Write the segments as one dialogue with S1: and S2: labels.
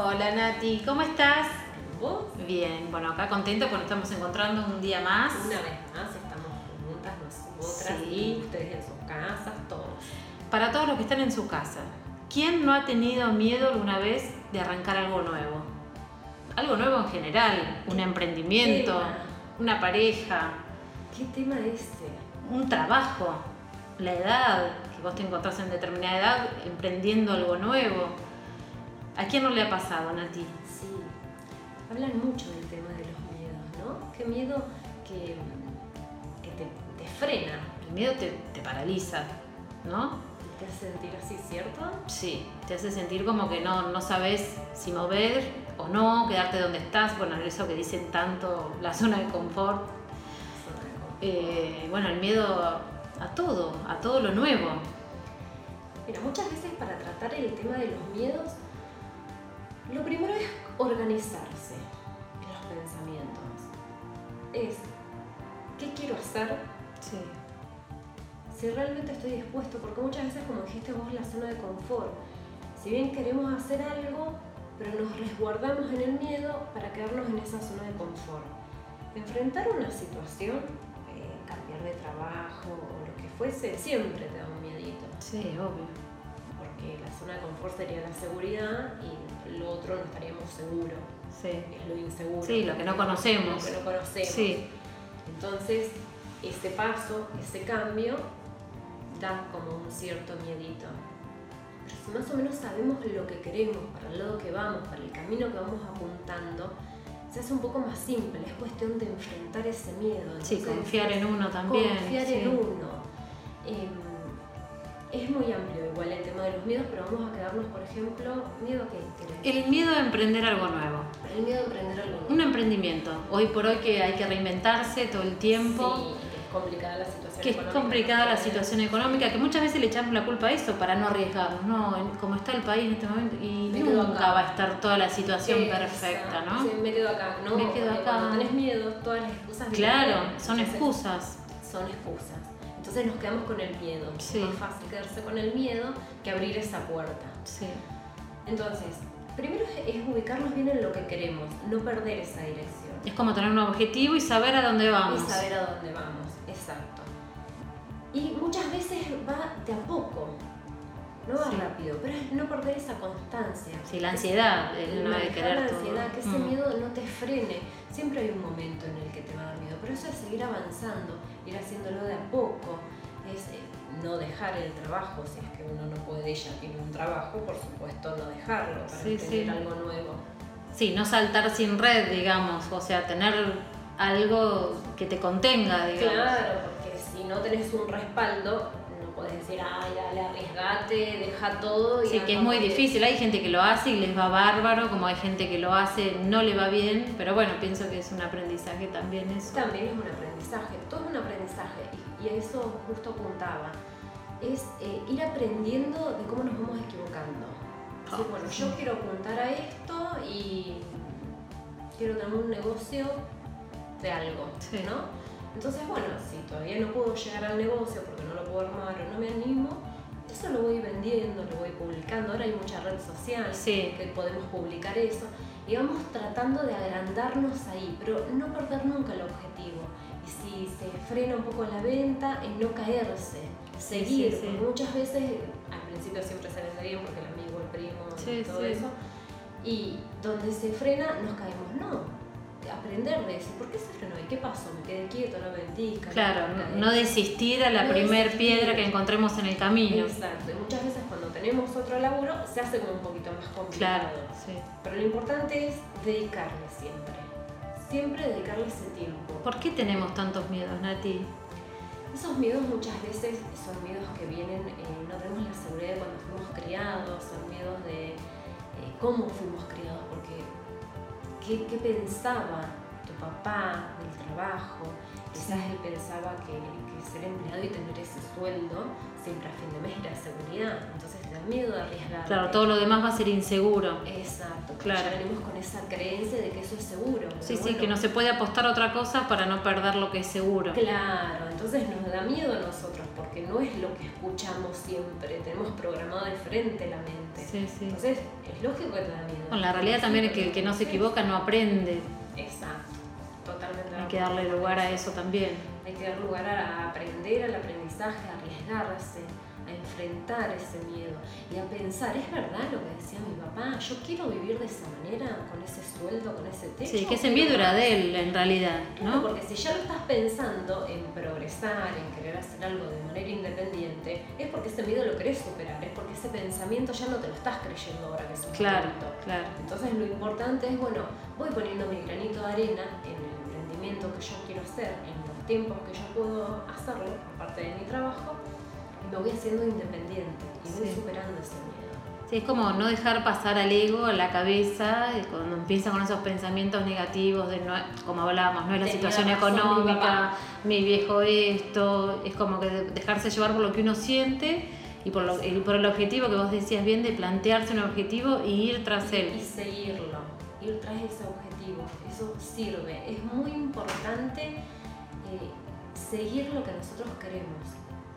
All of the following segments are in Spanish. S1: Hola Nati, ¿cómo estás?
S2: ¿Vos?
S1: Bien, bueno, acá contenta porque nos estamos encontrando un día más.
S2: Una vez más estamos juntas nosotras
S1: Sí.
S2: y ustedes en sus casas, todos.
S1: Para todos los que están en su casa, ¿quién no ha tenido miedo alguna vez de arrancar algo nuevo? Algo nuevo en general, un emprendimiento,
S2: tema.
S1: una pareja,
S2: ¿Qué tema este? ese?
S1: un trabajo, la edad, que vos te encontrás en determinada edad emprendiendo algo nuevo. ¿A quién no le ha pasado, Nati?
S2: Sí. Hablan mucho del tema de los miedos, ¿no? Qué miedo que, que te, te frena,
S1: El miedo te, te paraliza, ¿no?
S2: te hace sentir así, ¿cierto?
S1: Sí, te hace sentir como que no, no sabes si mover o no, quedarte donde estás, bueno, eso que dicen tanto, la zona de confort. Eh, bueno, el miedo a todo, a todo lo nuevo.
S2: Mira, muchas veces para tratar el tema de los miedos, lo primero es organizarse en los pensamientos. Es, ¿qué quiero hacer?
S1: Sí,
S2: si realmente estoy dispuesto, porque muchas veces, como dijiste vos, la zona de confort, si bien queremos hacer algo, pero nos resguardamos en el miedo para quedarnos en esa zona de confort. Enfrentar una situación, eh, cambiar de trabajo o lo que fuese, siempre te da un miedito,
S1: sí, obvio.
S2: porque la zona de confort sería la seguridad y lo otro no estaríamos seguros,
S1: Sí,
S2: es lo inseguro.
S1: Sí, lo que no conocemos.
S2: Lo que no conocemos.
S1: sí,
S2: Entonces, ese paso, ese cambio, da como un cierto miedito. Pero si más o menos sabemos lo que queremos, para el lado que vamos, para el camino que vamos apuntando, se hace un poco más simple. Es cuestión de enfrentar ese miedo.
S1: sí,
S2: Entonces,
S1: confiar en uno también.
S2: Confiar
S1: sí.
S2: en uno. Eh, es muy amplio igual el tema de los miedos, pero vamos a quedarnos, por ejemplo, miedo a que...
S1: El miedo a emprender algo nuevo.
S2: El miedo a emprender algo nuevo.
S1: Un emprendimiento. Hoy por hoy que hay que reinventarse todo el tiempo.
S2: Sí, que es complicada la situación.
S1: que es
S2: económica.
S1: complicada la situación económica, que muchas veces le echamos la culpa a eso para no arriesgarnos, ¿no? en- Como está el país en este momento y
S2: Me quedo
S1: nunca
S2: acá.
S1: va a estar toda la situación
S2: Esa,
S1: perfecta, ¿no?
S2: sí, me quedo acá, ¿no?
S1: Me quedo
S2: Porque
S1: acá.
S2: Cuando tenés miedo, todas las excusas
S1: Claro,
S2: vienen,
S1: son
S2: entonces,
S1: excusas.
S2: Son excusas. Entonces nos quedamos con el miedo.
S1: Sí.
S2: Es más fácil quedarse con el miedo que abrir esa puerta.
S1: Sí,
S2: Entonces, primero es es ubicarnos bien en lo que queremos, no perder esa dirección.
S1: es como tener un objetivo y saber a dónde vamos.
S2: Y saber a dónde vamos, exacto. Y muchas veces va de a poco, no va
S1: Sí.
S2: rápido, pero es no perder esa constancia.
S1: Sí, la ansiedad, el no de
S2: Manejar
S1: querer
S2: la
S1: todo.
S2: ansiedad, que ese
S1: Mm.
S2: miedo no te frene. Siempre hay un momento en el que te va a dar miedo, pero eso es seguir avanzando, ir haciéndolo de a poco, es eh, no dejar el trabajo, si es que uno no puede, ya tiene un trabajo, por supuesto no dejarlo para
S1: Sí,
S2: emprender
S1: sí.
S2: algo nuevo.
S1: Sí, no saltar sin red, digamos, o sea, tener algo que te contenga, digamos.
S2: Claro, porque si no tenés un respaldo, no podés decir, ay, dale, arriesgate, deja todo. Y
S1: Sí, que es
S2: anda
S1: muy
S2: por el-".
S1: difícil. Hay gente que lo hace y les va bárbaro, como hay gente que lo hace, no le va bien, pero bueno, pienso que es un aprendizaje también eso.
S2: También es un aprendizaje, todo es un aprendizaje, y, y a eso justo apuntaba. Es eh, ir aprendiendo de cómo nos vamos equivocando. Decir,
S1: Ah,
S2: bueno,
S1: sí.
S2: yo quiero apuntar a esto y quiero tener un negocio de algo,
S1: Sí.
S2: ¿no? Entonces, bueno, si todavía no puedo llegar al negocio porque no lo puedo armar o no me animo, eso lo voy vendiendo, lo voy publicando. Ahora hay mucha red social
S1: Sí.
S2: que podemos publicar eso. Y vamos tratando de agrandarnos ahí, pero no perder nunca el objetivo. Y si se frena un poco la venta, en no caerse,
S1: Sí,
S2: seguir.
S1: sí, sí.
S2: porque Muchas veces, al principio siempre se vende bien porque el amigo, el primo, y
S1: Sí,
S2: todo
S1: sí.
S2: eso. Y donde se frena, nos caemos. No, aprender de eso. ¿Por qué se frenó? ¿Y qué pasó? ¿Me quedé quieto? ¿No vendí? Caí,
S1: Claro, no-
S2: caí.
S1: no desistir a la
S2: No
S1: primer
S2: desistir.
S1: piedra que encontremos en el camino.
S2: Exacto, y muchas veces cuando tenemos otro laburo se hace como un poquito más complicado.
S1: Claro, sí.
S2: Pero lo importante es dedicarle siempre. Siempre dedicarle ese tiempo.
S1: ¿Por qué tenemos tantos miedos, Nati?
S2: Esos miedos muchas veces son miedos que vienen, eh, no tenemos la seguridad de cuando fuimos criados, son miedos de eh, cómo fuimos criados, porque qué, qué pensaba tu papá, del trabajo. Quizás él pensaba que, que ser empleado y tener ese sueldo siempre a fin de mes era seguridad. Entonces te da miedo de arriesgar.
S1: Claro, todo lo demás va a ser inseguro.
S2: Exacto, claro.
S1: Claro.
S2: Ya venimos con esa creencia de que eso es seguro. pero
S1: Sí, sí,
S2: bueno,
S1: que no se puede apostar a otra cosa para no perder lo que es seguro.
S2: Claro, entonces nos da miedo a nosotros porque no es lo que escuchamos siempre, tenemos programado de frente la mente.
S1: Sí, sí.
S2: Entonces es lógico que te da miedo.
S1: Bueno, la realidad también es que el que no se equivoca no aprende.
S2: Exacto, totalmente. de
S1: Hay que darle
S2: acuerdo.
S1: lugar a eso también.
S2: Hay que dar lugar a aprender al aprendizaje, a arriesgarse, a enfrentar ese miedo y a pensar, ¿es verdad lo que decía mi papá? ¿Yo quiero vivir de esa manera, con ese sueldo, con ese techo?
S1: Sí, que ese miedo era de él en realidad,
S2: Claro,
S1: ¿no?
S2: porque si ya lo estás pensando en progresar, en querer hacer algo de manera independiente, es porque ese miedo lo querés superar, es porque ese pensamiento ya no te lo estás creyendo ahora que es un
S1: Claro,
S2: momento.
S1: claro.
S2: Entonces lo importante es, bueno, voy poniendo mi granito de arena en el emprendimiento que yo quiero hacer, en los tiempos que yo puedo hacerlo, aparte de mi trabajo, y me voy haciendo independiente y voy
S1: Sí.
S2: superando ese miedo.
S1: Sí, es como no dejar pasar al ego, a la cabeza, y cuando empieza con esos pensamientos negativos de no, como hablábamos, no es la
S2: Tenía
S1: situación
S2: razón mi
S1: económica,
S2: papá.
S1: mi viejo esto, es como que de- dejarse llevar por lo que uno siente y por, lo- y por el objetivo que vos decías bien de plantearse un objetivo y ir tras
S2: y
S1: él.
S2: seguirlo, ir tras ese objetivo. Eso sirve. Es muy importante eh, seguir lo que nosotros queremos.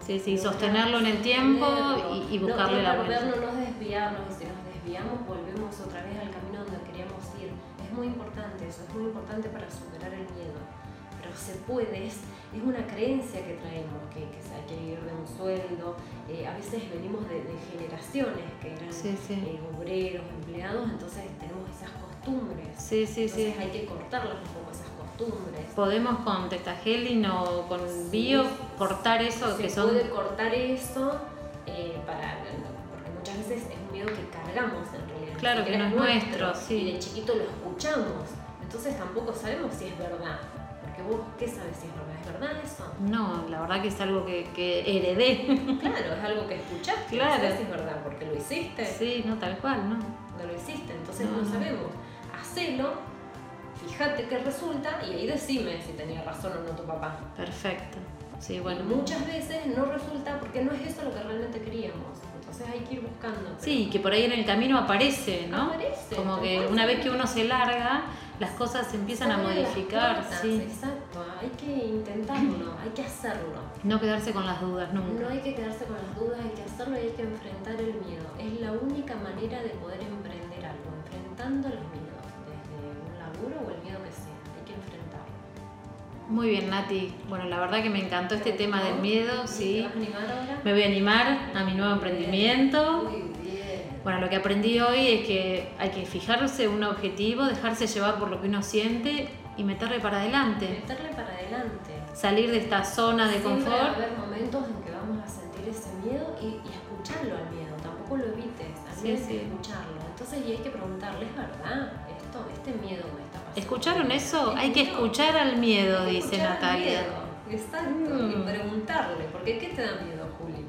S1: Sí, sí, sostenerlo en el tiempo
S2: Sostenerlo.
S1: y, y
S2: No, no
S1: buscarle la vuelta.
S2: perdernos, no desviarnos. Y si nos desviamos, volvemos otra vez al camino donde queríamos ir. Es muy importante eso, es muy importante para superar el miedo. Pero se puede, es, es una creencia que traemos, que, que se- hay que vivir de un sueldo. Eh, a veces venimos de, de generaciones que eran
S1: Sí, sí.
S2: eh, obreros, empleados, entonces tenemos esas costumbres.
S1: Sí, sí, sí.
S2: Entonces hay que cortarlas un poco esas costumbres.
S1: Podemos con tetagelin o con
S2: Sí.
S1: bio cortar eso
S2: Se
S1: que son
S2: puede cortar eso eh, para, porque muchas veces es un miedo que cargamos en realidad.
S1: Claro,
S2: ni
S1: que
S2: siquiera
S1: no es nuestro, sí.
S2: Y de chiquito lo escuchamos, entonces tampoco sabemos si es verdad. Porque vos, ¿qué sabes si es verdad? ¿Es verdad eso?
S1: No, la verdad que es algo que, que heredé.
S2: Claro, es algo que escuchaste,
S1: Claro.
S2: no sabes si es verdad, porque lo hiciste.
S1: Sí, no tal cual, ¿no?
S2: no lo hiciste, entonces
S1: No,
S2: no,
S1: no.
S2: sabemos. Hacelo, fíjate qué resulta y ahí decime si tenía razón o no tu papá.
S1: Perfecto. Sí,
S2: Bueno,
S1: bueno.
S2: muchas veces no resulta porque no es eso lo que realmente queríamos. Entonces hay que ir buscando. pero
S1: Sí, que por ahí en el camino aparece, ¿no?
S2: Aparece,
S1: Como
S2: tal
S1: que
S2: cual.
S1: una vez que uno se larga, las cosas se empiezan a
S2: abren las
S1: modificar,
S2: puertas,
S1: sí.
S2: Exacto, hay que intentarlo, hay que hacerlo.
S1: No quedarse con las dudas
S2: No
S1: nunca.
S2: hay que quedarse con las dudas, hay que hacerlo y hay que enfrentar el miedo. Es la única manera de poder emprender algo, enfrentando los miedos, desde un laburo o el miedo que sea. Hay que enfrentarlo.
S1: Muy bien, Nati. Bueno, la verdad que me encantó este tema del miedo,
S2: ¿Te
S1: sí.
S2: vas a animar ahora?
S1: Me voy a animar a mi nuevo emprendimiento.
S2: Muy bien.
S1: Bueno, lo que aprendí hoy es que hay que fijarse un objetivo, dejarse llevar por lo que uno siente y meterle para adelante.
S2: Meterle para adelante.
S1: Salir de esta zona de
S2: Siempre Va a
S1: confort.
S2: haber momentos en que vamos a sentir ese miedo y, y escucharlo al miedo. Tampoco lo evites. Al
S1: Sí,
S2: miedo hay
S1: sí.
S2: que escucharlo. Entonces, y hay que preguntarle, ¿es verdad esto? Este miedo me está pasando.
S1: ¿Escucharon eso?
S2: ¿Es
S1: Hay que
S2: mío?
S1: escuchar al miedo,
S2: Hay que
S1: dice
S2: escuchar al
S1: Natalia.
S2: miedo. Exacto.
S1: Mm.
S2: Y preguntarle, porque ¿qué te da miedo, Juli?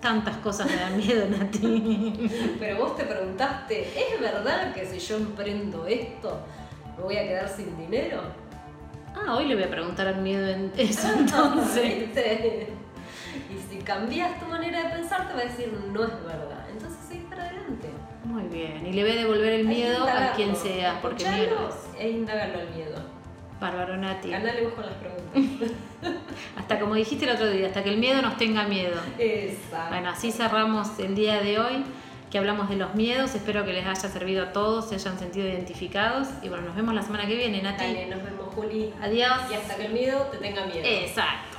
S1: Tantas cosas me dan miedo, Nati.
S2: Pero vos te preguntaste, ¿es verdad que si yo emprendo esto, me voy a quedar sin dinero?
S1: Ah, hoy le voy a preguntar al miedo en eso entonces.
S2: ¿Viste? Y si cambias tu manera de pensar, te va a decir no es verdad. Entonces sigue para adelante.
S1: Muy bien, y le voy a devolver el
S2: Hay que
S1: miedo a
S2: indagarlo.
S1: quien sea, porque
S2: Escuchalo
S1: miedo es.
S2: E indagarlo al miedo.
S1: Bárbaro, Nati.
S2: Ganale vos con las preguntas.
S1: Hasta como dijiste el otro día, hasta que el miedo nos tenga miedo.
S2: Exacto.
S1: Bueno, así cerramos el día de hoy, que hablamos de los miedos. Espero que les haya servido a todos, se hayan sentido identificados. Y bueno, nos vemos la semana que viene, Nati.
S2: Dale, nos vemos, Juli.
S1: Adiós. Eh,
S2: Y hasta que el miedo te tenga miedo.
S1: Exacto.